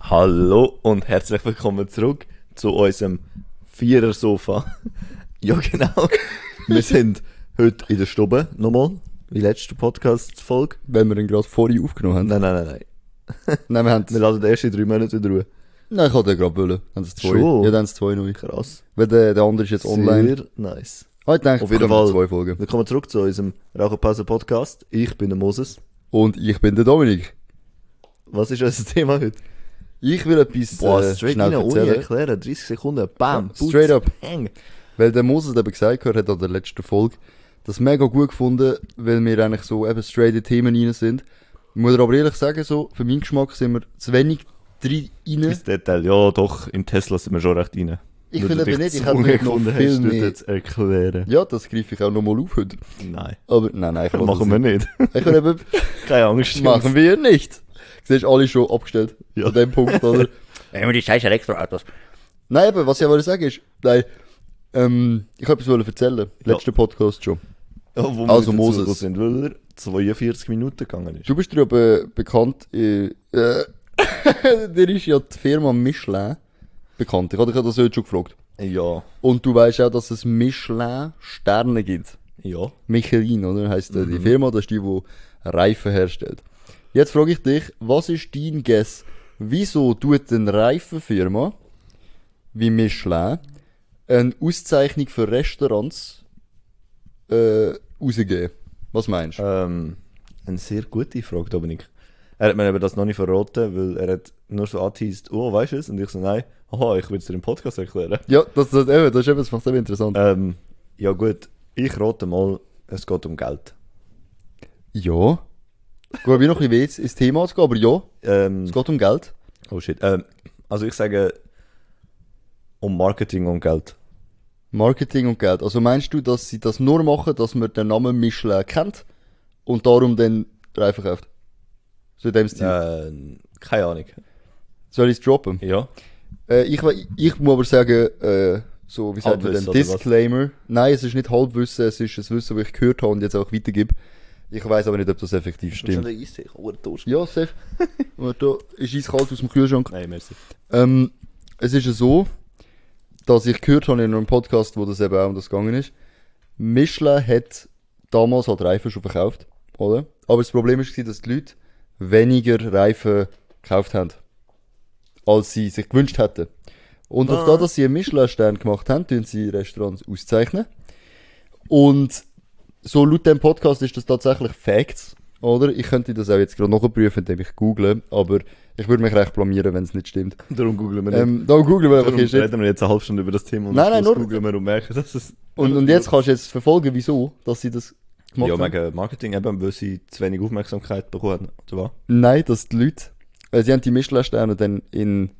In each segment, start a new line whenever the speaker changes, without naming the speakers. Hallo und herzlich willkommen zurück zu unserem Vierer-Sofa. ja, genau. Wir sind heute in der Stube, nochmal, wie letzte Podcast-Folge.
Wenn wir ihn gerade vorhin aufgenommen haben.
Nein, nein, nein, nein.
Nein, wir haben
Wir lassen erst in drei Monaten wieder Ruhe.
Nein, ich hatte den gerade wollen. Haben sie zwei.
Schon?
Ja, dann haben sie zwei neu.
Krass.
Weil der, der andere ist jetzt online.
Sehr nice.
Heute denke ich,
Auf jeden
können wir
Fall.
zwei Folgen.
Willkommen zurück zu unserem Raucherpause-Podcast. Ich bin der Moses.
Und ich bin der Dominik.
Was ist unser Thema heute?
Ich will etwas äh, schnell
rein, ohne
erzählen.
erklären. 30 Sekunden, bam,
Ja, straight
putz,
up.
Bang.
Weil der Moses eben gesagt hat, hat an der letzten Folge, das mega gut gefunden, weil wir eigentlich so eben straight in die Themen rein sind. Ich muss aber ehrlich sagen, so, für meinen Geschmack sind wir zu wenig drin.
Bis Detail, ja doch, im Tesla sind wir schon recht rein.
Ich
Nur
finde
du
aber
dich
nicht, ich
zu
hätte
ungefunden
noch
hast,
viel
dort
mehr-
zu erklären.
Ja, das greife ich auch nochmal auf heute.
Nein,
Aber nein, nein, ich lasse
machen wir nicht.
es. Ich will eben
Keine Angst. Jungs.
Machen wir nicht. Siehst alle schon abgestellt
Ja.
an dem Punkt, oder?
Nehmen wir die scheiß Elektroautos.
nein, eben, was ich wollte sagen ist, nein, ähm, ich habe etwas wollen erzählen.
Ja.
Letzter Podcast schon.
Ja, wo wir
Also
dazu
Moses.
gekommen sind, weil er 42 Minuten gegangen ist.
Du bist ja be bekannt, äh, äh, dir ist ja die Firma Michelin bekannt. Ich habe dich ja das heute schon gefragt.
Ja,
Und du weißt auch, dass es Michelin Sterne gibt.
ja.
Michelin, oder? Heißt äh, die Firma, das ist die, die Reifen herstellt. Jetzt frage ich dich, was ist dein Guess? Wieso tut eine Reifenfirma wie Michelin eine Auszeichnung für Restaurants äh, rausgeben? Was meinst du?
Ähm, eine sehr gute Frage, Dominik. Er hat mir eben das noch nicht verraten, weil er hat nur so angeteased, oh, weißt du es? Und ich so, nein, haha, ich will es dir im Podcast erklären.
Ja, das, das, eben, das, ist eben, das macht eben interessant.
Ähm, ja gut, ich rate mal, es geht um Geld.
Ja. Gut, wie noch ein bisschen weh ins Thema zu gehen, aber ja,
Ähm,
es geht um Geld.
oh shit. Ähm, also ich sage, um Marketing und Geld.
Marketing und Geld. Also meinst du, dass sie das nur machen, dass man den Namen Michelin kennt und darum dann Reifen kauft? So in dem Stil.
Ähm, keine Ahnung.
Soll ich es droppen?
Ja.
Äh, ich, we- ich muss aber sagen, äh, so wie sagt man
Halbwissen
denn?
oder was?
Disclaimer. Nein, es ist nicht Halbwissen, es ist ein Wissen, das ich gehört habe und jetzt auch weitergebe. Ich weiß aber nicht, ob das effektiv stimmt.
Nein,
Ja, safe. Und da ist eiskalt aus dem Kühlschrank.
merci.
Ähm, es ist ja so, dass ich gehört habe in einem Podcast, wo das eben auch um das gegangen ist. Michelin hat damals halt Reifen schon verkauft, oder? Aber das Problem war, dass die Leute weniger Reifen gekauft haben, als sie sich gewünscht hätten. Und auch da, dass sie einen Michelin-Stern gemacht haben, tun sie Restaurants auszeichnen. Und so laut dem Podcast ist das tatsächlich Facts, oder? Ich könnte das auch jetzt gerade nachprüfen, indem ich google, aber ich würde mich recht blamieren, wenn es nicht stimmt.
Darum googeln wir nicht.
Ähm, da googeln wir einfach
Darum
hier steht.
reden wir jetzt eine halbe Stunde über das Thema und
Nein,
am
nein,
Schluss
nur-
googeln wir und merken, dass es...
Und, und jetzt kannst du jetzt verfolgen, wieso, dass sie das gemacht
Ja,
haben.
wegen Marketing eben, weil sie zu wenig Aufmerksamkeit bekommen haben, oder was?
Nein, dass die Leute, weil sie haben die Michelin-Sterne dann in,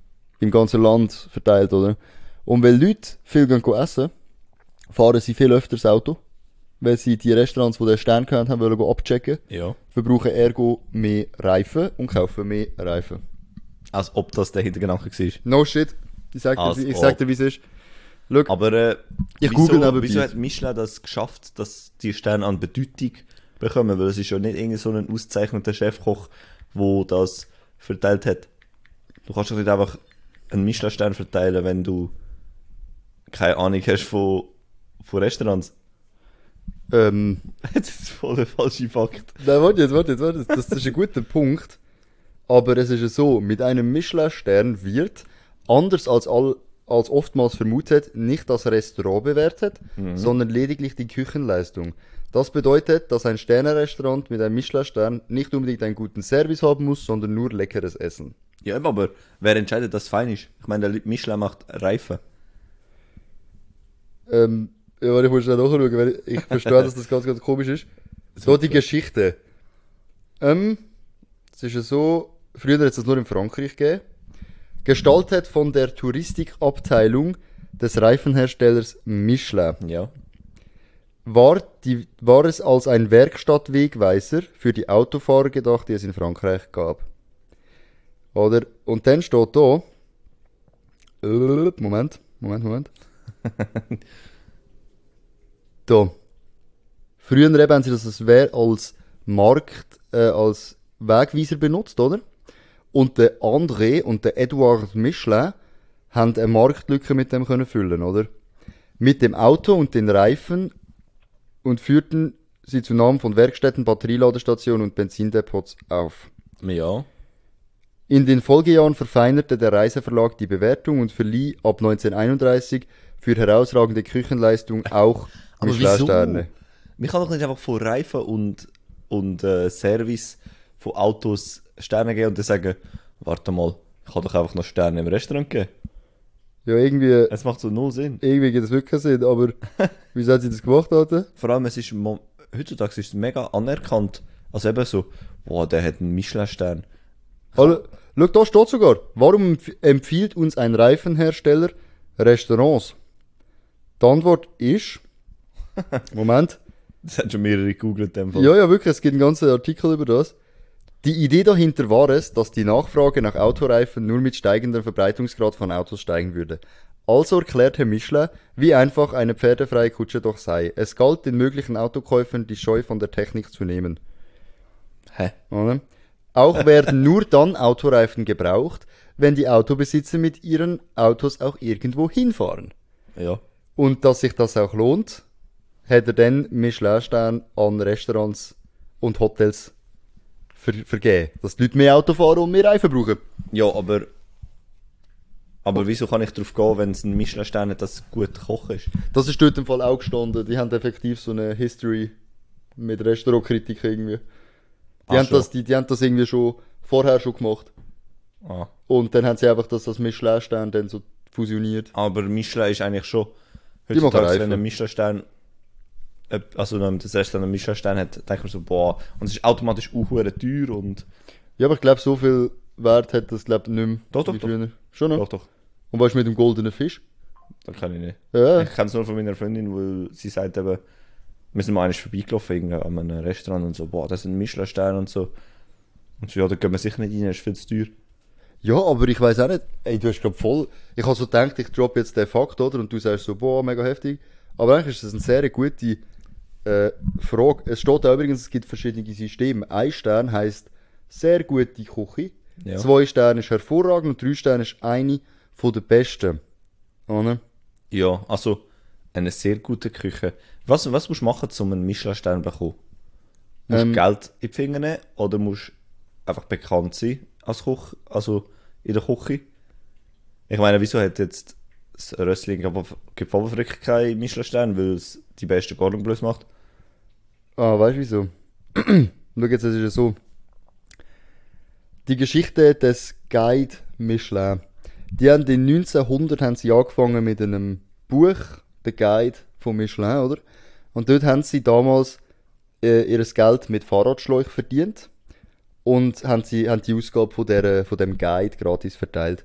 im ganzen Land verteilt, oder? Und weil Leute viel gehen essen, fahren sie viel öfter das Auto, weil sie die Restaurants, die den Stern gehabt haben, wollen go abchecken,
Ja.
verbrauchen ergo mehr Reifen und kaufen mehr Reifen.
Als ob das der Hintergedanke war.
No shit, ich sag dir,
Als
wie- ich sag
ob.
dir wie es ist. Schau,
Aber äh,
Ich google
wieso,
nebenbei.
wieso hat Michelin das geschafft, dass die Sterne an Bedeutung bekommen? Weil es ist ja nicht irgend so ein ausgezeichneter Chefkoch, der das verteilt hat. Du kannst doch nicht einfach einen Michelin-Stern verteilen, wenn du keine Ahnung hast von, von Restaurants.
ähm,
Das ist voll der falsche Fakt.
Nein, warte jetzt, warte jetzt, warte jetzt. Das, das ist ein guter Punkt. Aber es ist ja so, mit einem Michelin-Stern wird, anders als, all, als oftmals vermutet, nicht das Restaurant bewertet, sondern lediglich die Küchenleistung. Das bedeutet, dass ein Sternerestaurant mit einem Michelin-Stern nicht unbedingt einen guten Service haben muss, sondern nur leckeres Essen.
Ja, eben, aber wer entscheidet, dass es fein ist? Ich meine, der Leute- Michelin macht Reifen.
Ähm, ja, warte, ich muss schnell nachschauen, weil ich verstehe, dass das ganz, ganz komisch ist. So die Geschichte. Ähm, es ist ja so, früher hat es das nur in Frankreich gegeben. Gestaltet von der Touristikabteilung des Reifenherstellers Michelin
Ja.
war, die, war es als ein Werkstattwegweiser für die Autofahrer gedacht, die es in Frankreich gab. Oder? Und dann steht da. äh, Moment, Moment, Moment. da. Früher eben haben sie das als, Wer- als Markt, äh, als Wegweiser benutzt, oder? Und der André und der Eduard Michelin haben eine Marktlücke mit dem können füllen, oder? Mit dem Auto und den Reifen und führten sie zu Namen von Werkstätten, Batterieladestationen und Benzindepots auf.
Ja.
In den Folgejahren verfeinerte der Reiseverlag die Bewertung und verlieh ab 1931 für herausragende Küchenleistung auch Michelin-Sterne.
Man kann doch nicht einfach von Reifen und, und äh, Service von Autos Sterne geben und dann sagen, warte mal, ich kann doch einfach noch Sterne im Restaurant geben.
Ja, irgendwie,
Es macht so null Sinn.
irgendwie geht das wirklich keinen Sinn, aber wieso hat sie das gemacht, Alter?
Vor allem, es ist mo- heutzutage ist es mega anerkannt. Also eben so, wow, der hat einen Michelin-Stern.
Alle, schau, da steht sogar, warum empf- empfiehlt uns ein Reifenhersteller Restaurants? Die Antwort ist, Moment,
Das hat schon mehrere gegoogelt in dem Fall.
Ja, ja, wirklich, es gibt einen ganzen Artikel über das. Die Idee dahinter war es, dass die Nachfrage nach Autoreifen nur mit steigendem Verbreitungsgrad von Autos steigen würde. Also erklärte Michelin, wie einfach eine pferdefreie Kutsche doch sei. Es galt den möglichen Autokäufern die Scheu von der Technik zu nehmen.
Hä?
Oder? Auch werden nur dann Autoreifen gebraucht, wenn die Autobesitzer mit ihren Autos auch irgendwo hinfahren.
Ja.
Und dass sich das auch lohnt, hat er dann Michelin-Stern an Restaurants und Hotels ver vergeben. Dass die Leute mehr Auto fahren und mehr Reifen brauchen.
Ja, aber. Aber wieso kann ich darauf gehen, wenn es ein Michelin-Stern hat, dass es gut kochen ist?
Das ist dort im Fall auch gestanden. Die haben effektiv so eine History mit Restaurantkritik irgendwie. Die,
Ah,
haben
schon.
das, die, die haben das irgendwie schon vorher schon gemacht.
Ah.
Und dann haben sie einfach das, das Michelin-Stern dann so fusioniert.
Aber Michelin ist eigentlich schon.
machen
Heutzutage,
Reifen.
wenn ein Michelin-Stern. ob- Also, wenn das Restaurant einen Michelin-Stern hat, denkt man so, boah. Und es ist automatisch auch verdammt teuer und.
Ja, aber ich glaube, so viel Wert hat das, glaube ich, nicht mehr.
Doch, doch,
wie
doch.
früher. Schon noch?
Doch, doch.
Und weißt du, mit dem goldenen Fisch?
Das kann ich nicht.
Ja.
Ich kenne es nur von meiner Freundin, weil sie sagt eben, wir sind mal eines vorbeigelaufen irgendwie an einem Restaurant und so, boah, das sind Michelin-Sterne und so. Und so, ja, da gehen wir sicher nicht rein, das ist viel zu teuer.
Ja, aber ich weiß auch nicht. Ey, du hast grad voll. Ich habe so gedacht, ich drop jetzt den Fakt, oder? Und du sagst so, boah, mega heftig. Aber eigentlich ist das eine sehr gute äh, Frage. Es steht auch übrigens, es gibt verschiedene Systeme. Ein Stern heißt sehr gute Küche.
Ja.
Zwei Sterne ist hervorragend und drei Sterne ist eine von der besten. Oder?
Ja, also eine sehr gute Küche. Was, was musst du machen, um einen Michelin-Stern zu bekommen? Musst du
Ähm.
Geld in die Finger nehmen oder musst du einfach bekannt sein als Koch, also in der Küche? Ich meine, wieso hat jetzt das Rössling Gepfabelfrick keinen Michelin-Stern, weil es die beste Gordon Bleus macht?
Ah, weißt du wieso? Schau jetzt, es ist ja so. Die Geschichte des Guide Michelin. Die haben in 1900 haben sie angefangen mit einem Buch, der Guide von Michelin, oder? Und dort haben sie damals äh, ihr Geld mit Fahrradschläuch verdient und haben, sie, haben die Ausgabe von, der, von dem Guide gratis verteilt.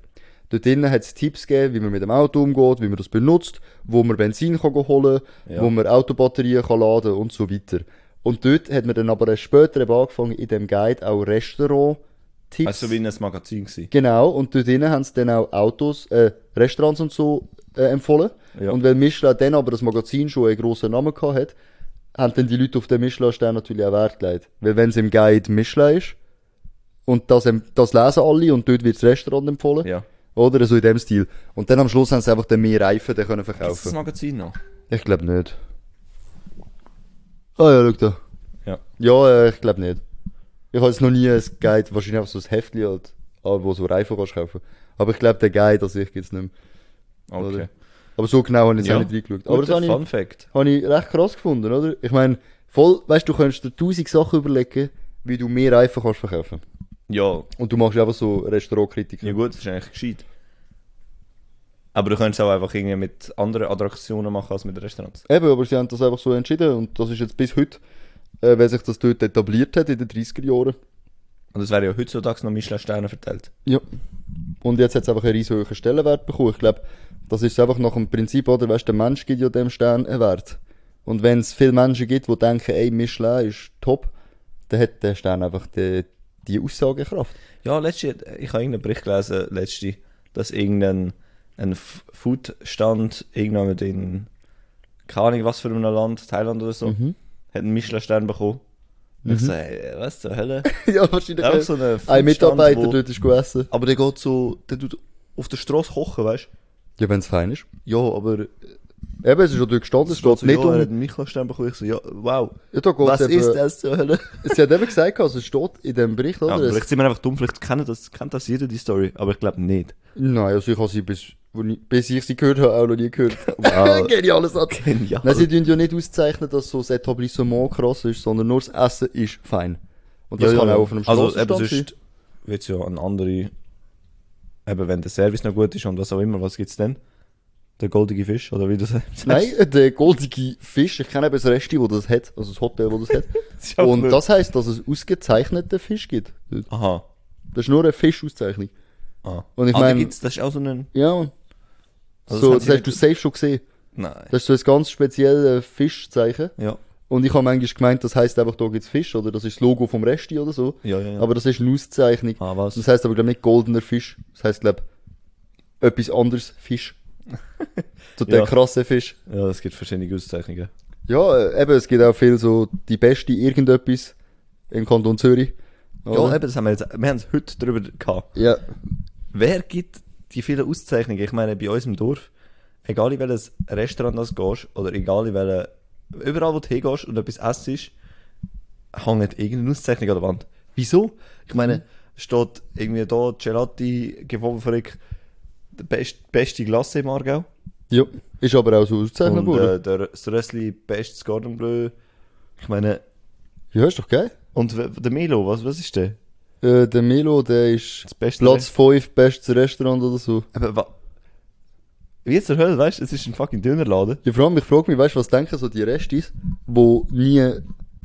Dort drinnen hat es Tipps gegeben, wie man mit dem Auto umgeht, wie man das benutzt, wo man Benzin kann gehen holen kann,
Ja.
wo man Autobatterien kann laden und so weiter. Und dort hat man dann aber erst später eben angefangen, in dem Guide auch Restaurant-Tipps.
Also wie in einem Magazin gewesen.
Genau, und dort drinnen haben sie dann auch Autos, äh, Restaurants und so äh, empfohlen.
Ja.
Und weil Michelin dann aber das Magazin schon einen grossen Namen gehabt hat, haben dann die Leute auf den Michelin-Stern natürlich auch Wert gelegt. Weil wenn es im Guide Michelin ist, und das, em- das lesen alle und dort wird das Restaurant empfohlen.
Ja.
Oder so in dem Stil. Und dann am Schluss haben sie einfach dann mehr Reifen dann können
Ist das
verkaufen
Magazin noch?
Ich glaube nicht. Ah ja, schau da.
Ja.
Ja, äh, ich glaube nicht. Ich habe jetzt noch nie ein Guide, wahrscheinlich einfach so ein Heftli halt, ah, wo so Reifen kannst kaufen. Aber ich glaube, der Guide an sich gibt's nicht mehr.
Okay.
Oder? Aber so genau habe ich jetzt
Ja.
auch nicht reingeschaut.
Aber
Aber das
Guter
habe
Fun
ich,
Fact.
habe ich recht krass gefunden, oder? Ich meine, voll, weißt du, du kannst dir tausend Sachen überlegen, wie du mehr Reifen kannst verkaufen.
Ja,
Und du machst einfach so Restaurantkritiker.
ja gut, das ist eigentlich gescheit. Aber du könntest es auch einfach irgendwie mit anderen Attraktionen machen als mit Restaurants.
Eben, aber sie haben das einfach so entschieden und das ist jetzt bis heute, äh, weil sich das dort etabliert hat in den 30er Jahren.
Und es wäre ja heutzutage noch Michelin-Sterne verteilt.
Ja. Und jetzt hat es einfach einen riesen hohen Stellenwert bekommen. Ich glaube, das ist einfach nach dem Prinzip, oder? Weißt, der Mensch gibt ja dem Stern einen Wert. Und wenn es viele Menschen gibt, die denken, ey, Michelin ist top, dann hat der Stern einfach die, die Aussagekraft.
Ja, letzte, ich habe irgendeinen Bericht gelesen, letzte, dass irgendein ein F- Foodstand irgendjemand Mhm. in keine Ahnung was für einem Land, Thailand oder so, hat einen Michelin-Stern bekommen. Ich so, hey, was zur Hölle?
ja, wahrscheinlich.
Einfach so eine
ein
Foodstand,
Mitarbeiter
wo-
dort ist gut essen.
Aber der geht so, der tut auf der Straße kochen, weißt du?
Ja, wenn es fein ist.
Ja, aber äh,
Eben, es ist ja dort gestanden, es steht
so,
nicht
ja, er hat
um.
einen Michelin-Stern bekommen. Ich so, ja, wow.
Ja, da geht's
was
eben-
ist das zur Hölle?
Sie hat eben gesagt, also es steht in dem Bericht,
Ja,
oder? es,
vielleicht sind wir einfach dumm, vielleicht kennt das, kennt das jeder, die Story, aber ich glaube nicht.
nein, also ich habe sie bis, wo nie- bis ich sie gehört habe, auch noch nie gehört.
Wow.
Geniales Satz.
Genial.
Nein, sie tun ja nicht auszeichnen, dass so das Etablissement krass ist, sondern nur das Essen ist fein. Und das kann auch auf einem
Also eben
Strassenstand sein.
sonst wird ja eine andere, eben wenn der Service noch gut ist und was auch immer, was gibt's denn? Der goldige Fisch, oder wie du sagst?
Nein, äh, der goldige Fisch, ich kenne eben das Resti, wo das hat, also das Hotel, wo das hat.
ist ja
Und
blöd.
das heisst, dass es ausgezeichneten Fisch gibt. dort.
Aha.
Das ist nur eine Fischauszeichnung.
Ah.
Und ich
ah, da
meine-
gibt's, das ist auch so ein...
Ja, Mann.
Also
so,
das
das,
hat sie
hast du safe schon gesehen.
Nein.
Das ist so ein ganz spezielles Fischzeichen.
Ja.
Und ich habe manchmal gemeint, das heisst einfach, da gibt's Fisch, oder das ist das Logo vom Resti oder so.
Ja, ja, ja.
Aber das ist eine Auszeichnung.
Ah, was?
Das heisst aber, glaube nicht goldener Fisch. Das heisst, glaube etwas anderes Fisch. so der
Ja.
krasse Fisch.
Ja, es gibt verschiedene Auszeichnungen.
Ja, äh, eben, es gibt auch viel so die beste irgendetwas im Kanton Zürich.
Ja,
Oder?
eben, das haben wir jetzt, wir haben es heute darüber gehabt.
Ja,
Wer gibt die vielen Auszeichnungen? Ich meine, bei uns im Dorf, egal in welches Restaurant das gehst, oder egal in welche, überall wo du hingehst und etwas essst, hängt irgendeine Auszeichnung an der Wand. Wieso? Ich meine, steht irgendwie da Gelati, Gewürfelfabrik, der best, beste Glasse im Aargau.
ja. Ist aber auch so ausgezeichnet
Und
worden.
äh, der, das Rössli, bestes Gordon Bleu. Ich meine,
ja, ist doch geil.
und w- der Milo, was, was ist der?
Äh, der Melo, der ist
Das beste
Platz 5, bestes Restaurant oder so.
Aber wa Wie zur Hölle, weißt du, es ist ein fucking Dönerladen.
Ja, vor allem, ich frage mich, weißt du, was denken so die Restis, wo nie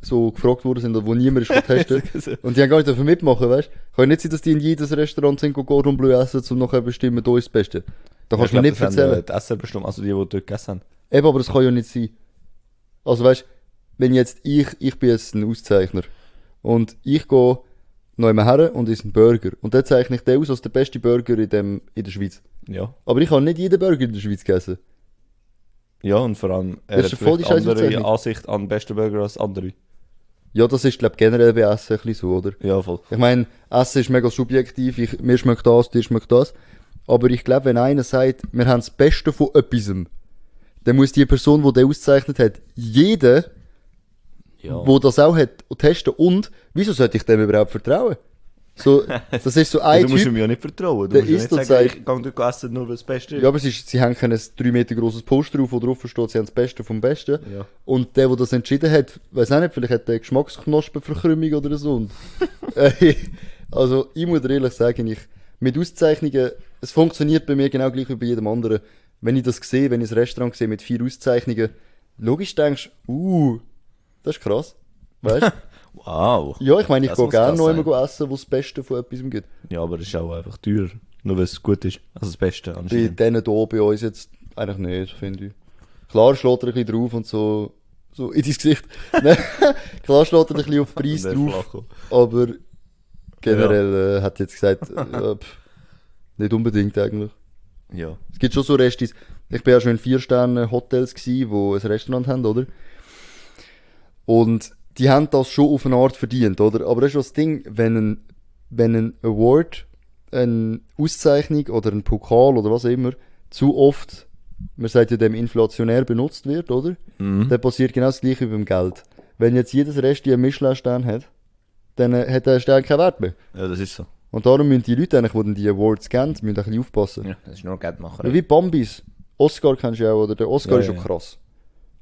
so gefragt worden sind oder wo niemand ist getestet. und die haben gar nicht dafür mitmachen, weißt du? Kann nicht sein, dass die in jedes Restaurant sind, gehen Gordon Bleu essen, um nachher bestimmen, da ist das Beste. Da kannst du mir nicht erzählen.
Die Esser bestimmt, also die, die dort gegessen haben.
Eben, aber das kann ja nicht sein. Also weißt wenn jetzt ich, ich bin jetzt ein Auszeichner und ich gehe noch einmal her und esse einen Burger und dann zeichne ich den aus als der beste Burger in, dem, in der Schweiz.
Ja.
Aber ich habe nicht jeden Burger in der Schweiz gegessen.
Ja, und vor allem, er
Das
hat
ist voll die
vielleicht
scheiß
andere
Auszeichnung.
Ansicht an besten Burger als andere.
Ja, das ist glaube generell bei Essen ein bisschen so, oder?
Ja, voll.
Ich meine, Essen ist mega subjektiv, ich, mir schmeckt das, dir schmeckt das. Aber ich glaube, wenn einer sagt, wir haben das Beste von etwasem, dann muss die Person, die den ausgezeichnet hat, jeden
Ja.
wo das auch hat und testen und wieso sollte ich dem überhaupt vertrauen? So, das ist so ein
du musst
Typ.
ihm ja nicht vertrauen. Du
Der
musst ja
isst
nicht
und
sagen,
sagt-
ich gehe dort essen, nur weil das Beste ist.
Ja, aber es ist, sie haben kein 3 Meter großes Poster auf, wo drauf steht, sie haben das Beste vom Besten.
Ja.
Und der, der das entschieden hat, weiß auch nicht, vielleicht hat der Geschmacksknospenverkrümmung oder so. Und, äh, also, ich muss dir ehrlich sagen, ich, mit Auszeichnungen, es funktioniert bei mir genau gleich wie bei jedem anderen. Wenn ich das sehe, wenn ich das Restaurant sehe mit vier Auszeichnungen, logisch denkst du, uh, das ist krass. Weißt du?
Wow.
Ja, ich meine, ich
Das
gehe
muss
gerne
krass
noch
sein.
immer essen, wo das Beste von etwas gibt.
Ja, aber es ist auch einfach teuer. Nur weil es gut ist. Also das Beste
Bei
anscheinend.
denen hier bei uns jetzt eigentlich nicht, finde ich. Klar schlägt er ein bisschen drauf und so, so in dein Gesicht. Nein, Klar schlägt er ein bisschen auf den Preis
Der
drauf,
Flacho.
aber generell äh, hat jetzt gesagt, äh, ja, pff, nicht unbedingt eigentlich.
Ja.
Es gibt schon so Restis. Ich bin ja schon in vier Sterne Hotels gsi, wo ein Restaurant haben, oder? Und die haben das schon auf eine Art verdient, oder? Aber das ist schon das Ding, wenn ein, wenn ein Award, eine Auszeichnung oder ein Pokal oder was auch immer zu oft, man sagt ja dem inflationär benutzt wird, oder? Dann passiert genau das gleiche wie beim Geld. Wenn jetzt jedes Resti einen Michelin-Stern hat, dann äh, hat der Stern keinen Wert mehr.
Ja, das ist so.
Und darum müssen die Leute eigentlich, die dann die Awards kennen, müssen ein bisschen aufpassen.
Ja. Das ist nur Geldmacher.
Ja, wie Bambis. Oscar kennst du ja auch, oder? Der Oscar
Ja,
ist schon
ja.
krass.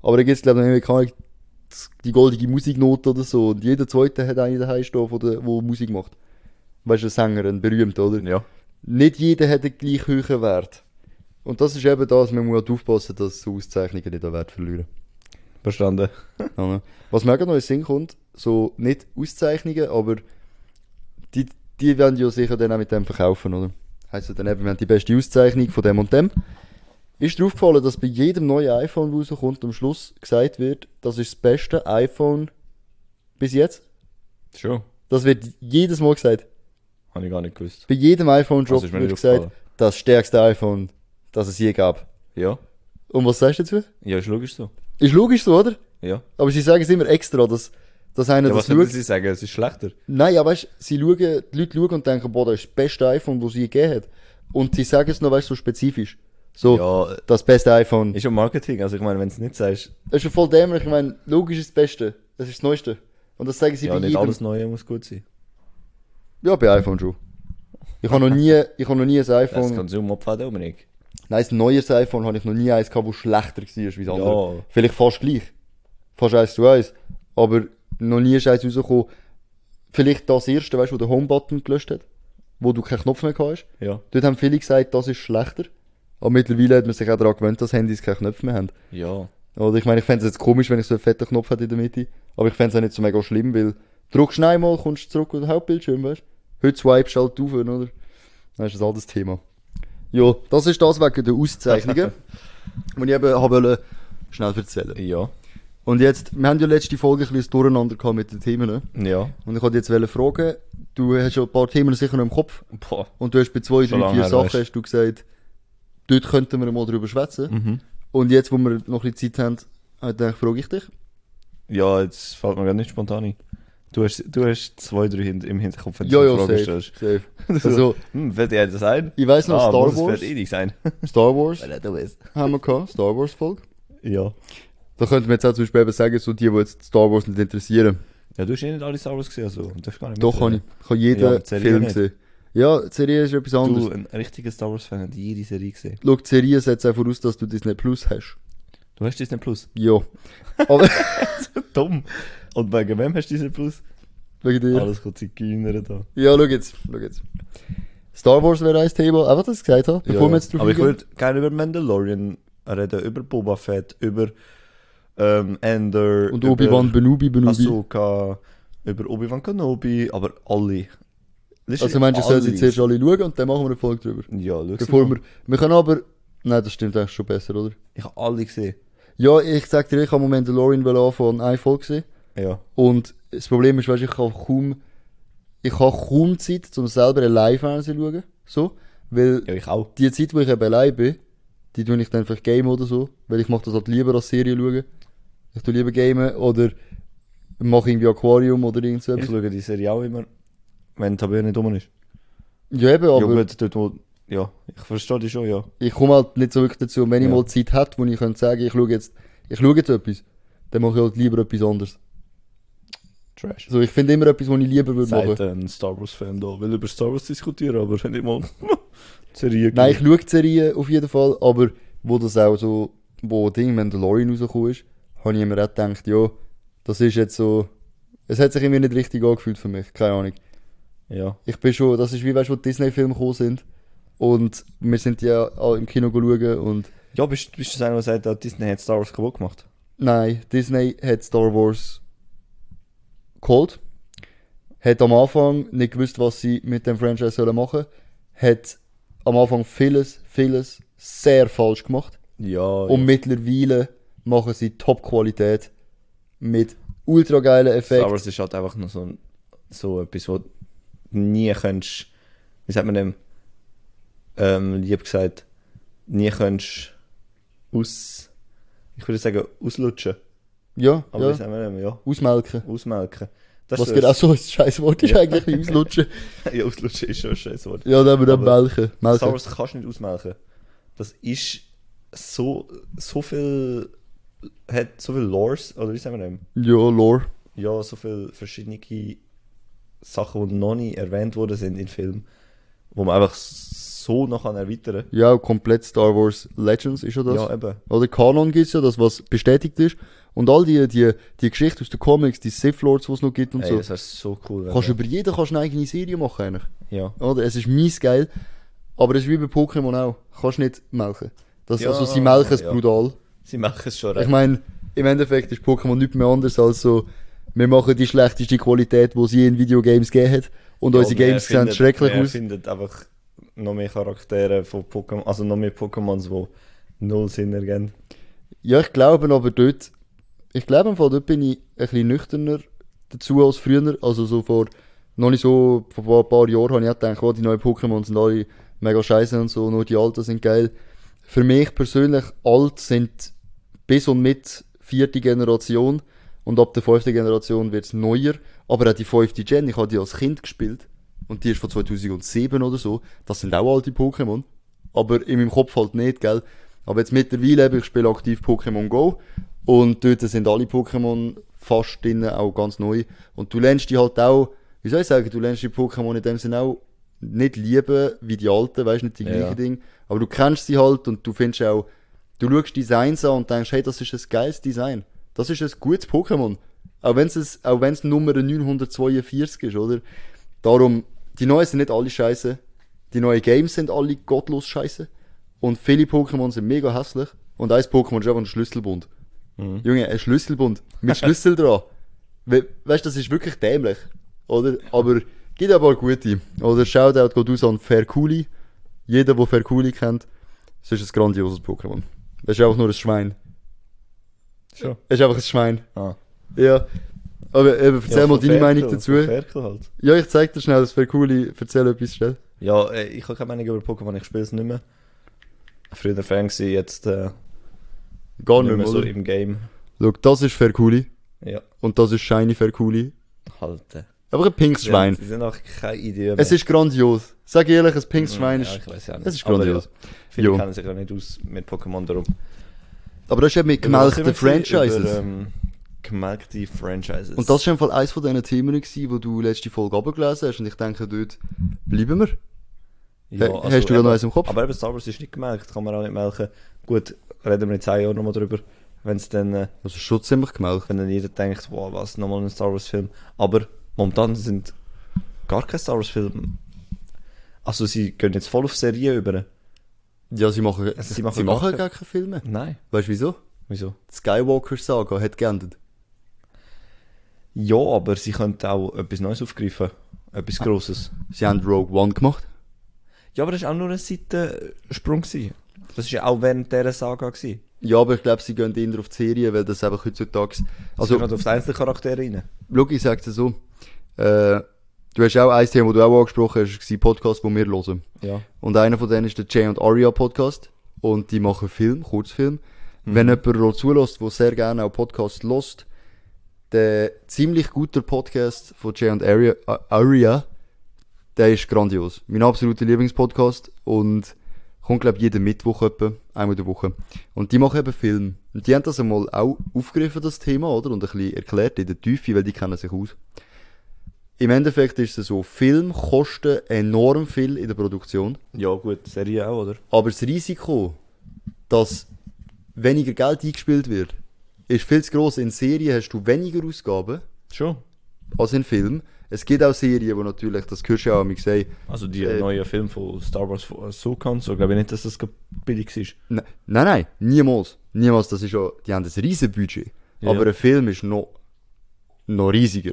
Aber da gibt's glaub glaube ich, noch irgendwie keine- die goldige Musiknote oder so. Und jeder zweite hat einen daheim stehen, wo der wo Musik macht. Weißt du, ein Sänger, ein berühmter, oder?
Ja.
Nicht jeder hat den gleich hohen Wert. Und das ist eben das, man muss halt aufpassen, dass so Auszeichnungen nicht an Wert verlieren.
Verstanden.
Ja. Was mir auch noch in den Sinn kommt, so nicht Auszeichnungen, aber die, die werden ja sicher dann auch mit dem verkaufen, oder? Heißt ja dann eben, wir haben die beste Auszeichnung von dem und dem. Ist dir aufgefallen, dass bei jedem neuen iPhone, das rauskommt, am Schluss gesagt wird, das ist das beste iPhone bis jetzt?
Schon.
Das wird jedes Mal gesagt.
Habe ich gar nicht gewusst.
Bei jedem iPhone-Drop
Das ist mir
wird
nicht
gesagt,
aufgefallen.
das stärkste iPhone, das es je gab.
Ja.
Und was sagst du dazu?
Ja, ist logisch so.
Ist logisch so, oder?
Ja.
Aber sie sagen es immer extra, dass dass einer
Ja, was
das
würden
schaut.
sie sagen? Es ist schlechter.
Nein, aber weißt, sie schauen, die Leute schauen und denken, boah, das ist das beste iPhone, das sie gegeben hat. Und sie sagen es noch, weißt du, so spezifisch. So,
Ja, äh,
das beste iPhone.
ist ja Marketing. Also ich meine, wenn du es nicht sagst,
Das ist ja voll dämlich. Ich meine, logisch ist das Beste. Das ist das Neueste. Und das sagen sie
ja,
bei
nicht
jedem.
alles Neue muss gut sein.
Ja, bei iPhone schon. Ich habe noch nie, ich habe noch nie ein
Das
iPhone.
Konsumopfer, Dominik.
Nein, ein neues iPhone habe ich noch nie eins gehabt, das schlechter war als das andere.
Ja.
Vielleicht fast gleich. Fast eins zu eins. Aber noch nie ist eins rausgekommen. Vielleicht das erste, weißt du, wo der Home-Button gelöscht hat. Wo du keinen Knopf mehr hast.
Ja.
Dort haben viele gesagt, das ist schlechter. Aber mittlerweile hat man sich auch daran gewöhnt, dass Handys keine Knöpfe mehr haben.
Ja.
Oder ich meine, ich fänd's jetzt komisch, wenn ich so einen fetten Knopf hätte in der Mitte. Aber ich fänd's auch nicht so mega schlimm, weil drückst du einmal, kommst du zurück auf den Hauptbildschirm, weißt du? Heute swipest du halt auf, oder? Dann ist das alles Thema. Ja, das ist das wegen der Auszeichnungen, die ich eben habe wollen schnell erzählen.
Ja.
Und jetzt, wir haben ja letzte Folge ein bisschen das durcheinander gehabt mit den Themen. ne?
Ja.
Und ich wollte jetzt wollen fragen, du hast ja ein paar Themen sicher noch im Kopf.
Boah.
Und du hast bei zwei,
Schon
drei,
lange
vier
her,
Sachen
weißt du.
hast du gesagt, dort könnten wir mal drüber schwätzen.
Mhm.
Und jetzt, wo wir noch ein bisschen Zeit haben, habe ich gedacht, frage ich dich.
Ja, jetzt fällt mir gar nicht spontan ein. Du hast, du hast zwei, drei hin- im Hinterkopf, wenn du
Ja,
so
ja,
Fragen
safe.
stellst.
safe.
So,
Also,
hm, wird er das sein?
ich weiss noch,
ah,
Star
muss es
Wars,
wird eh nicht sein.
Star Wars
er du bist.
haben wir gehabt, Star Wars Folge.
Ja.
Da könnten wir jetzt auch zum Beispiel eben sagen, so die, die jetzt Star Wars nicht interessieren.
Ja, du hast eh nicht alle Star Wars gesehen, also. und Das ist gar nicht
Doch, kann ich.
mitreden.
Ich habe jeden
Ja, die Serie
Film
nicht.
gesehen. Ja, die Serie ist etwas anderes.
Du, ein richtiger Star Wars-Fan, hat jede Serie gesehen.
Schau, die Serie setzt auch voraus, dass du Disney Plus hast.
Du hast Disney Plus.
Ja. Aber,
Dumm. Und wegen wem hast du Disney Plus?
wegen dir.
Alles kommt sich geändert ne, da.
Ja, schau jetzt, schau jetzt. Star Wars wäre ein Thema, einfach das ich gesagt habe, bevor wir jetzt drauf
Aber ich
eingehen.
würde gerne über Mandalorian reden, über Boba Fett, über ähm, Ender.
Und
über-
Obi-Wan Benubi Benubi.
Ahsoka, über Obi-Wan Kenobi, aber alle.
also meinst du, ich soll sie zuerst alle schauen und dann machen wir eine Folge drüber.
Ja, schau
Bevor wir, wir können aber, nein, das stimmt eigentlich schon besser, oder?
Ich habe alle gesehen.
Ja, ich sag dir, ich habe Mandalorian anfangen und eine Folge gesehen.
Ja.
Und das Problem ist, weißt, du, ich habe kaum, ich habe kaum Zeit, um selber allein Fernsehen zu schauen, so. Weil
Ja, ich auch.
die Zeit, wo ich eben allein bin, die tue ich dann vielleicht game oder so, weil ich mache das halt lieber als Serie schauen. Ich tue lieber gamen oder mache irgendwie Aquarium oder irgend so
Ich
etwas.
schaue die Serie auch immer, wenn Tabea nicht dumm ist.
Ja eben,
ja,
aber
gut, dort wo... Ja, ich verstehe dich schon, ja.
ich komme halt nicht so wirklich dazu. Und wenn ich
Ja.
mal Zeit hätte, wo ich könnte sagen, ich schaue jetzt, ich schaue jetzt etwas, dann mache ich halt lieber etwas anderes.
Trash.
Also ich finde immer etwas, was ich lieber würde machen.
Seid ein Star Wars-Fan da. Will über Star Wars diskutieren, aber nicht mal die Serie
Nein, ich
gesehen.
schaue die Serie auf jeden Fall, aber wo das auch so, wo Ding Mandalorian rausgekommen ist, habe ich immer auch gedacht, ja, das ist jetzt so, es hat sich irgendwie nicht richtig angefühlt für mich, keine Ahnung.
Ja.
Ich bin schon, das ist wie weißt du, wo die Disney-Filme gekommen sind und wir sind ja auch im Kino schauen und
Ja, bist, bist du das einer, der sagt, ah, Disney hat Star Wars kaputt gemacht?
nein, Disney hat Star Wars geholt, hat am Anfang nicht gewusst, was sie mit dem Franchise sollen machen, hat am Anfang vieles, vieles sehr falsch gemacht.
Ja,
Und mittlerweile machen sie Top-Qualität mit ultra geilen
Star
Effekten.
Wars ist halt einfach nur so, ein- so etwas, wo du nie kannst, wie sagt man dem, ähm, lieb gesagt, nie kannst aus, ich würde sagen auslutschen,
Ja,
aber wie
ja.
sagt man dem, ja,
Ausmelken.
ausmelken. Das
Was
ist
genau
so
so ein scheiß Wort ist eigentlich, wie auslutschen.
ein- ja, auslutschen ist schon ein scheiß Wort.
Ja, dann haben wir dann
Aber
melken.
Star
melken.
Wars kannst du nicht ausmelken. Das ist so, so viel, hat so viel Lores, oder wie sagt man dem?
Ja, Lore.
ja, so viele verschiedene Sachen, die noch nie erwähnt worden sind in Filmen, wo man einfach so noch kann erweitern kann.
Ja, komplett Star Wars Legends ist ja das.
Ja, eben.
Oder Kanon gibt's ja, das was bestätigt ist. Und all die, die, die Geschichten aus den Comics, die Sith Lords, die es noch gibt und
Ey,
so.
das wäre so cool. wenn
Kannst
wir-
über jeden kannst du eine eigene Serie machen eigentlich.
ja.
Oder? Es ist mies geil. Aber es ist wie bei Pokémon auch. Kannst nicht melken. Das,
Ja,
also sie melken es
ja.
brutal.
Sie machen es schon
Ich
recht.
meine, im Endeffekt ist Pokémon nicht mehr anders als so, wir machen die schlechteste Qualität, die sie in Videogames gegeben hat. Und unsere Games sehen schrecklich aus.
findet einfach noch mehr Charaktere von Pokémon, also noch mehr Pokémons, die null Sinn ergeben.
Ja, ich glaube aber dort, ich glaube im Fall, dort bin ich ein bisschen nüchterner dazu als früher. Also so vor, noch nicht so, vor ein paar Jahren habe ich auch gedacht, oh, die neuen Pokémon sind alle mega scheiße und so, nur die alten sind geil. Für mich persönlich, alt sind bis und mit vierte Generation. Und ab der fünften Generation wird's neuer. Aber auch die fünfte Gen, ich habe die als Kind gespielt. Und die ist von 2007 oder so. Das sind auch alte Pokémon. Aber in meinem Kopf halt nicht, gell. Aber jetzt mittlerweile, eben, ich spiele aktiv Pokémon Go. Und dort sind alle Pokémon fast drin, auch ganz neu. Und du lernst die halt auch, wie soll ich sagen, du lernst die Pokémon in dem Sinne auch nicht lieben, wie die alten, weißt nicht die gleichen
Ja.
Dinge. Aber du kennst sie halt und du findest auch, du schaust Designs an und denkst, hey, das ist ein geiles Design. Das ist ein gutes Pokémon. Auch wenn es, auch wenn es Nummer 942 ist, oder? Darum, die neuen sind nicht alle scheiße. Die neuen Games sind alle gottlos scheiße. Und viele Pokémon sind mega hässlich. Und ein Pokémon ist einfach ein Schlüsselbund.
Mhm.
Junge, ein Schlüsselbund. Mit Schlüssel dran. We weißt du, das ist wirklich dämlich. Oder? Aber gibt aber gute. Oder Shoutout geht aus an Ferculi. Jeder, der Ferculi kennt, es ist ein grandioses Pokémon. Es ist einfach nur ein Schwein.
Schon.
Es ist einfach ein Schwein.
Ah.
Ja. Aber eben, erzähl mal deine Meinung dazu.
Ferkel halt.
Ja, ich zeig dir schnell das Ferculi. Erzähl etwas schnell.
Ja, äh, ich habe keine Meinung über Pokémon, ich spiele es nicht mehr. Früher Fan gewesen, jetzt äh,
Gar
nicht mehr so
oder?
im Game.
Schau, das ist Ferculi.
Ja,
Und das ist Shiny Ferculi.
halt. äh.
Einfach ein pinkes Schwein.
Sie sind auch keine Idee mehr.
Es ist grandios. Sag ehrlich, ein pinkes Schwein
ja,
ist.
ich weiß ja nicht.
Es ist
Aber
grandios.
Ja, viele
Jo.
kennen sich ja nicht aus mit Pokémon darum.
Aber das ist eben mit
Über
gemelkten
was sind wir gewesen?
Franchises.
Über, ähm, gemelkte Franchises.
Und das war Fall eines von diesen Themen, gewesen, wo du letzte Folge abgelesen hast. Und ich denke, dort bleiben wir.
ja,
äh,
also
Hast du gerade
eben-
noch eins im Kopf?
Aber eben Star Wars ist nicht gemelkt, kann man auch nicht melken. Gut, reden wir in zwei Jahren nochmal drüber, wenn es dann, äh,
Das ist Also schon ziemlich gemelkt.
wenn dann jeder denkt, wow, was, nochmal ein Star Wars Film. Aber momentan sind gar keine Star Wars Filme. Also sie gehen jetzt voll auf Serien über.
Ja, sie machen,
Also,
sie
sie
machen,
machen
sie machen
gar
gar keine Filme.
Nein.
Weißt du wieso?
Wieso?
Die Skywalker-Saga hat geendet.
Ja, aber sie könnten auch etwas Neues aufgreifen. Etwas Grosses.
Sie haben Rogue One gemacht.
Ja, aber das war auch nur ein Seitensprung. gewesen. Das war ja auch während dieser Saga. Gewesen.
Ja, aber ich glaube, sie gehen eher auf die Serie, weil das einfach heutzutage...
Also,
Also,
sie gehen auf die Einzelcharaktere rein.
schau, ich sag's dir so. Äh, du hast auch ein Thema, das du auch angesprochen hast, war Podcast, wo wir hören.
Ja.
Und einer von denen ist der Jay und Aria Podcast. Und die machen Film, Kurzfilm. Wenn jemand noch zulässt, der sehr gerne auch Podcast lost, der ziemlich guter Podcast von Jay und Aria, A- Aria der ist grandios. Mein absoluter Lieblingspodcast und kommt, glaube ich, jeden Mittwoch etwa, einmal in der Woche. Und die machen eben Film. Und die haben das einmal auch aufgegriffen, das Thema, oder? Und ein bisschen erklärt in der Tiefe, weil die kennen sich aus. Im Endeffekt ist es so, Film kosten enorm viel in der Produktion.
Ja, gut, Serie auch, oder?
Aber das Risiko, dass weniger Geld eingespielt wird, ist viel zu gross. In Serien hast du weniger Ausgaben
Schon.
als in Filmen. Es gibt auch Serien, wo natürlich, das hörst du ja auch immer gesagt,
Also die
Äh,
neue Film von Star Wars von Ahsoka und so, glaube ich nicht, dass das gerade billig ist.
nein, nein, nein, niemals. Niemals, das ist ja, die haben ein riesen Budget.
Ja.
Aber ein Film ist noch, noch riesiger.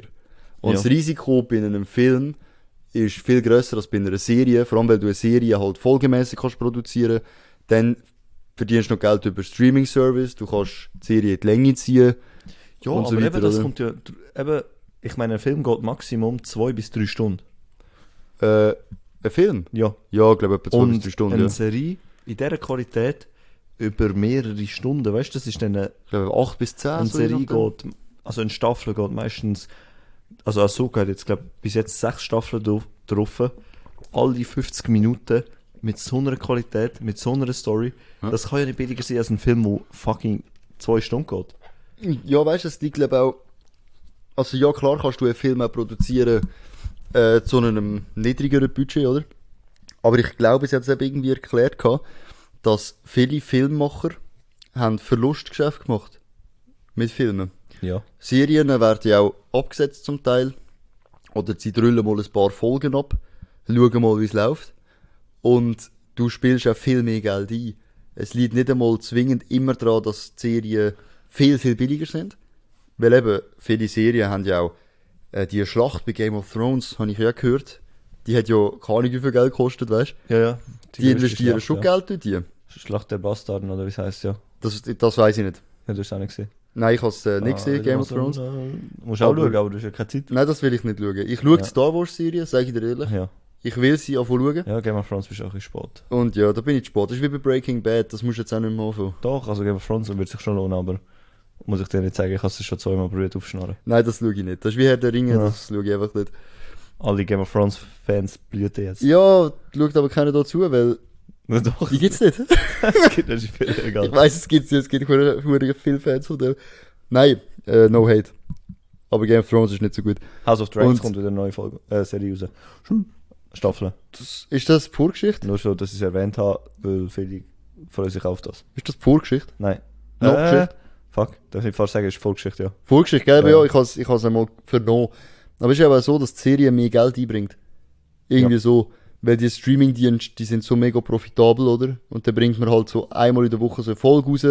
Und
Ja.
das Risiko bei einem Film ist viel grösser als bei einer Serie, vor allem weil du eine Serie halt folgemäßig kannst produzieren, dann verdienst du noch Geld über Streaming-Service, du kannst die Serie in die Länge ziehen.
Ja,
Und
aber
so weiter,
eben, das
oder?
kommt ja, eben, ich meine, ein Film geht Maximum zwei bis drei Stunden.
Äh, ein Film?
Ja.
Ja, ich glaube etwa zwei
Und
bis drei
eine
Stunden. Ja.
Serie in dieser Qualität über mehrere Stunden, weißt du, das ist dann eine,
Ich glaube acht bis zehn.
eine
so
Serie
in dem Dreh.
geht, also eine Staffel geht meistens, also Ahsoka hat jetzt, glaube bis jetzt sechs Staffeln drauf- drauf, alle 50 Minuten mit so einer Qualität, mit so einer Story, das kann ja nicht billiger sein als ein Film, wo fucking zwei Stunden geht.
Ja, weißt du, es liegt glaube auch... Also ja, klar kannst du einen Film auch produzieren äh, zu einem niedrigeren Budget, oder? Aber ich glaube, es hat es eben irgendwie erklärt, gehabt, dass viele Filmmacher haben Verlustgeschäft gemacht mit Filmen.
Ja.
Serien werden ja auch abgesetzt zum Teil. Oder sie drüllen mal ein paar Folgen ab, schauen mal, wie es läuft. Und du spielst auch viel mehr Geld ein. Es liegt nicht einmal zwingend immer daran, dass die Serien viel, viel billiger sind. Weil eben, viele Serien haben ja auch äh, die Schlacht bei Game of Thrones, habe ich ja gehört. Die hat ja keine Ahnung, wie viel Geld gekostet, weißt
Ja, ja.
Die, investieren schon
ja.
Geld in die.
Schlacht der Bastarden, oder wie es heisst, ja. Ja,
Das, das weiß ich nicht.
du hast es auch nicht gesehen. Ah,
Nein, ich habe es äh, nicht gesehen, Game of Thrones.
Du äh, musst auch
Aber-
schauen, aber du hast ja keine Zeit.
Nein, das will ich nicht schauen. Ich schaue die
Ja.
Star Wars-Serie, sage ich dir ehrlich.
Ja.
Ich will sie auch schauen.
ja, Game of Thrones bist du auch ein Sport.
Und ja, da bin ich zu spät. Das ist wie bei Breaking Bad, das musst du jetzt auch nicht mehr anfangen.
Doch, also Game of Thrones wird sich schon lohnen, aber Muss ich dir nicht sagen, ich habe es schon zweimal probiert aufschnarren.
Nein, das schaue ich nicht. Das ist wie Herr der Ringe,
Ja.
das schaue ich einfach nicht.
Alle Game of Thrones Fans blühten jetzt.
Ja, schaut aber keiner dazu, weil
Na doch,
die gibt's nicht.
es gibt das ist viel
Ich
egal.
weiß, es gibt's nicht, es gibt hure- hure viele Fans von dem. Nein, äh, no hate. Aber Game of Thrones ist nicht so gut.
House of Dragons
Und-
kommt wieder eine neue Folge, äh, Serie raus. Hm. Staffel.
Das, ist das pure Geschichte?
Nur so, dass ich es erwähnt habe, weil viele freuen sich auf das.
Ist das pure Geschichte?
Nein.
Noch
äh,
Geschichte?
fuck, darf ich fast sagen, ist Vorgeschichte, ja.
Pure Geschichte, gell? Ja,
Ja.
ich has ich has einmal vernommen. Aber es ist aber so, dass die Serie mehr Geld einbringt. Irgendwie so. Weil die Streaming-Dienste, die sind so mega profitabel, oder? Und dann bringt man halt so einmal in der Woche so eine Folge raus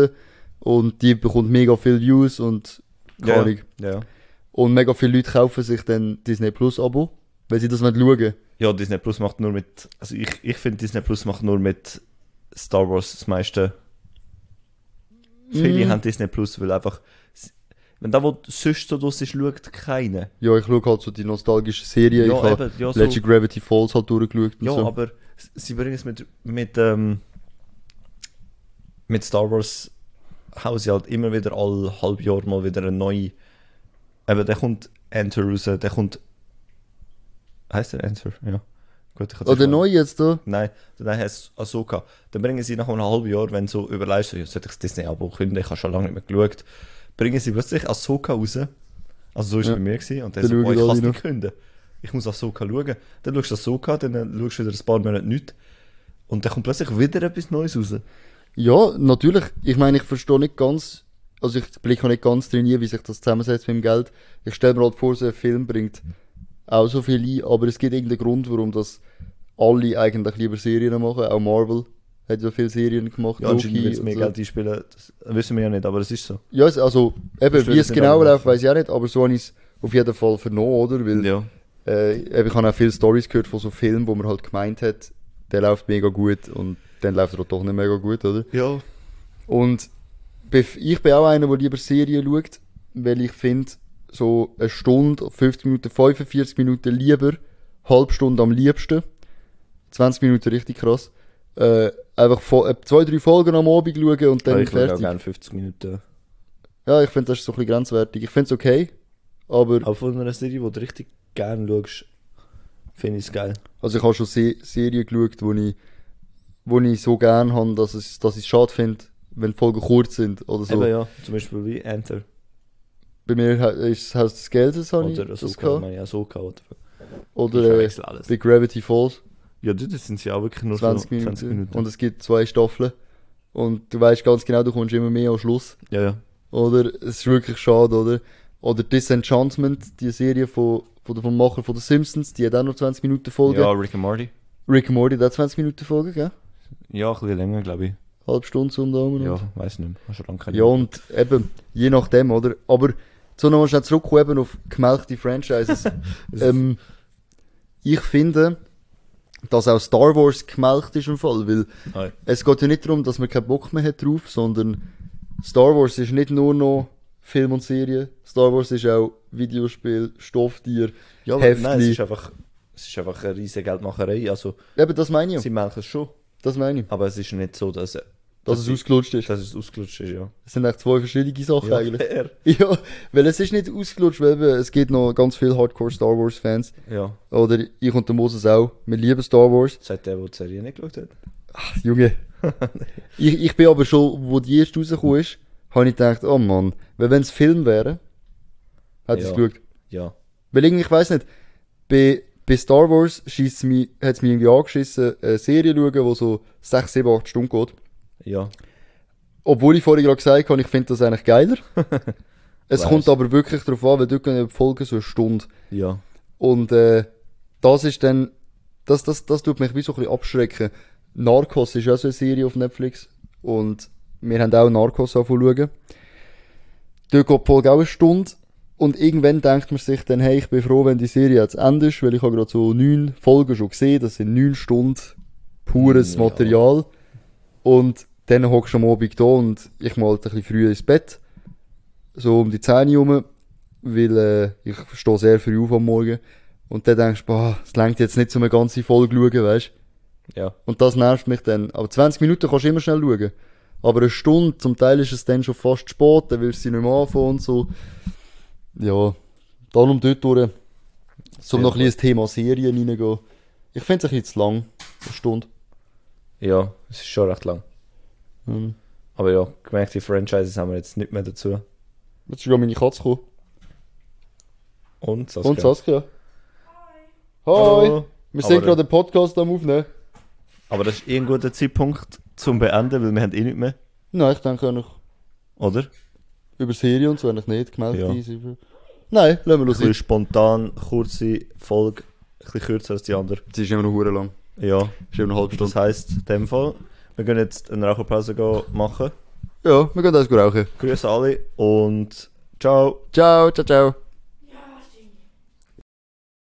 und die bekommt mega viel Views und keine Ahnung.
Ja, ja.
Und mega viele Leute kaufen sich dann Disney Plus Abo, weil sie das wollen schauen.
Ja, Disney Plus macht nur mit. Also ich, ich finde Disney Plus macht nur mit Star Wars das meiste. Viele haben Disney Plus, weil einfach. Wenn da wo sonst so draus ist, schaut keiner.
Ja, ich schaue halt so die nostalgische Serie.
Ja,
ich habe
eben, ja, so-
Legend Gravity Falls halt durchgeschaut und
Ja,
so.
aber s- sie bringen es mit, mit, ähm, mit Star Wars hauen sie halt immer wieder all halb Jahr mal wieder eine neue. Eben, der kommt Enter raus, der kommt. Heißt der Enter? Ja. Gut, ich hab's
Oder
nicht
neu jetzt da?
Nein, dann heißt es Ahsoka. Dann bringen sie nach einem halben Jahr, wenn so überlegst, so, jetzt hätte ich das Disney-Abo kündigen, ich habe schon lange nicht mehr geschaut, bringen sie plötzlich Ahsoka raus. Also so war es
Ja.
bei mir. Gewesen. Und dann,
Dann
so,
schauen
boah, ich
alle
kann es
noch.
nicht künden. Ich muss Ahsoka schauen. Dann schaust du Ahsoka, dann äh, schaust du wieder ein paar Monate nichts. Und dann kommt plötzlich wieder etwas Neues raus.
Ja, natürlich. Ich meine, ich verstehe nicht ganz, also ich blicke auch nicht ganz drin ein, wie sich das zusammensetzt mit dem Geld. Ich stelle mir halt vor, so ein Film bringt auch so viel ein, aber es gibt irgendeinen Grund, warum das alle eigentlich lieber Serien machen. Auch Marvel hat ja viele Serien gemacht.
Ja, anscheinend
Loki
wird es
und
mehr
so.
Geld einspielen. Das äh, wissen wir ja nicht, aber es ist so.
Ja, es- also eben,
Das
wie es
wissen wir
genau
aber
läuft, weiß ich auch nicht, aber so habe ich es auf jeden Fall vernommen, oder? Weil
Ja.
äh, eben, ich habe auch viele Stories gehört von so Filmen, wo man halt gemeint hat, der läuft mega gut und dann läuft er doch nicht mega gut, oder?
Ja.
Und bef- ich bin auch einer, der lieber Serien schaut, weil ich finde, so eine Stunde, 50 Minuten, 45 Minuten lieber, halbe Stunde am liebsten, 20 Minuten richtig krass, äh, einfach vo- äh, zwei, drei Folgen am Abend schauen und dann
ich würde auch
fertig.
gerne 50 Minuten.
Ja, ich finde, das ist so ein bisschen grenzwertig. Ich finde es okay, aber
Aber von einer Serie, die du richtig gerne schaust, finde ich es geil.
also ich habe schon Se Serien geschaut, wo ich, wo ich so gerne habe, dass ich es dass ich's schade finde, wenn die Folgen kurz sind oder so.
Eben ja, zum Beispiel wie Enter.
Bei mir he- ist das Haus des Geldes, habe ich
Oder
das
Ahsoka, ich
gehabt.
meine Ahsoka. Oder Ich
Oder äh,
verwechsel alles.
The Gravity Falls,
Ja, dort sind sie auch wirklich nur
20
so
Minuten.
20 Minuten.
Und es gibt zwei Staffeln. Und du weißt ganz genau, du kommst immer mehr am Schluss.
ja, ja.
Oder? Es ist wirklich schade, oder? Oder Disenchantment, die Serie von, von der, vom Macher von The Simpsons, die hat auch nur 20 Minuten Folge.
ja, Rick and Morty.
Rick and Morty hat auch 20 Minuten Folge, gell?
Ja, ein bisschen länger, glaube ich.
Halb Stunde so um da rum.
Ja, weiß nicht mehr. Hab schon lange keine
ja, und eben, je nachdem, oder? Aber so nochmal schnell zurückkommen eben auf gemelkte Franchises. ähm, ich finde, dass auch Star Wars gemelkt ist im Fall, weil
Nein.
es geht ja nicht darum, dass man keinen Bock mehr hat drauf, sondern Star Wars ist nicht nur noch Film und Serie. Star Wars ist auch Videospiel, Stofftier,
Ja, aber
Heftli.
nein, es ist einfach, es ist einfach eine riesige Geldmacherei. Also,
Eben, das meine ich.
sie
ja.
melken es schon,
Das meine ich.
aber es ist nicht so, dass,
Dass es ausgelutscht ist.
dass es ausgelutscht ist, ja.
Das sind echt zwei verschiedene Sachen
Ja,
eigentlich.
fair.
Ja, weil es ist nicht ausgelutscht, weil eben, es gibt noch ganz viele Hardcore Star Wars Fans.
Ja.
Oder ich und der Moses auch. Wir lieben Star Wars.
Seit der, der die Serie nicht geschaut hat.
Junge. ich, ich bin aber schon, wo die erste rausgekommen ist, habe ich gedacht, oh Mann, weil wenn es Film wäre, hätte ich es
Ja.
geschaut.
Ja.
Weil irgendwie, ich weiß nicht, bei, bei Star Wars schießt mich, hat es mich irgendwie angeschissen, eine Serie schauen, die so 6, 7, 8 Stunden geht.
Ja.
Obwohl ich vorhin gerade gesagt habe, ich finde das eigentlich geiler. es
Weiss.
kommt aber wirklich darauf an, weil dort gehen ja die Folgen so eine Stunde.
Ja.
Und äh, das ist dann, das, das, das tut mich wie so ein bisschen abschrecken. Narcos ist auch so eine Serie auf Netflix und wir haben auch Narcos angefangen Dort geht die Folge auch eine Stunde und irgendwann denkt man sich dann, hey, ich bin froh, wenn die Serie jetzt endet, ist, weil ich habe gerade so neun Folgen schon gesehen, das sind neun Stunden pures
Ja.
Material und dann hockst du am Abend da und ich mal halt ein bisschen früh ins Bett, so um die 10 Uhr rum, weil äh, ich stehe sehr früh auf am Morgen und dann denkst du, boah, es längt jetzt nicht, um eine ganze Folge zu schauen, weißt du.
Ja.
Und das nervt mich dann. Aber 20 Minuten kannst du immer schnell schauen. Aber eine Stunde, zum Teil ist es dann schon fast spät, dann willst du sie nicht mehr anfangen und so. Ja, darum dort durch. Zum noch ein bisschen ins Thema Serien reingehen. Ich finde es ein bisschen zu lang, eine Stunde.
Ja, es ist schon recht lang.
Hm.
Aber ja, gemerkt, die Franchises haben wir jetzt nicht mehr dazu.
Jetzt ist gerade meine Katze gekommen.
Und Saskia.
Und Saskia. Hi.
Hallo.
Wir sind
Aber-
gerade den Podcast am Aufnehmen.
Aber das ist eh ein guter Zeitpunkt zum Beenden, weil wir haben eh nicht mehr,
Nein, ich denke noch
oder?
über Serien und so, eigentlich nicht gemeldet.
Ja.
ist über- Nein, lassen wir los.
Ein bisschen spontan, kurze Folge, ein bisschen kürzer als die andere.
Sie ist immer noch hure lang.
Ja,
Ist immer eine halbe
das heisst in dem Fall, wir gehen jetzt eine Raucherpause gehen machen.
Ja, wir gehen das gut rauchen.
Grüße alle und ciao!
Ciao, ciao, ciao.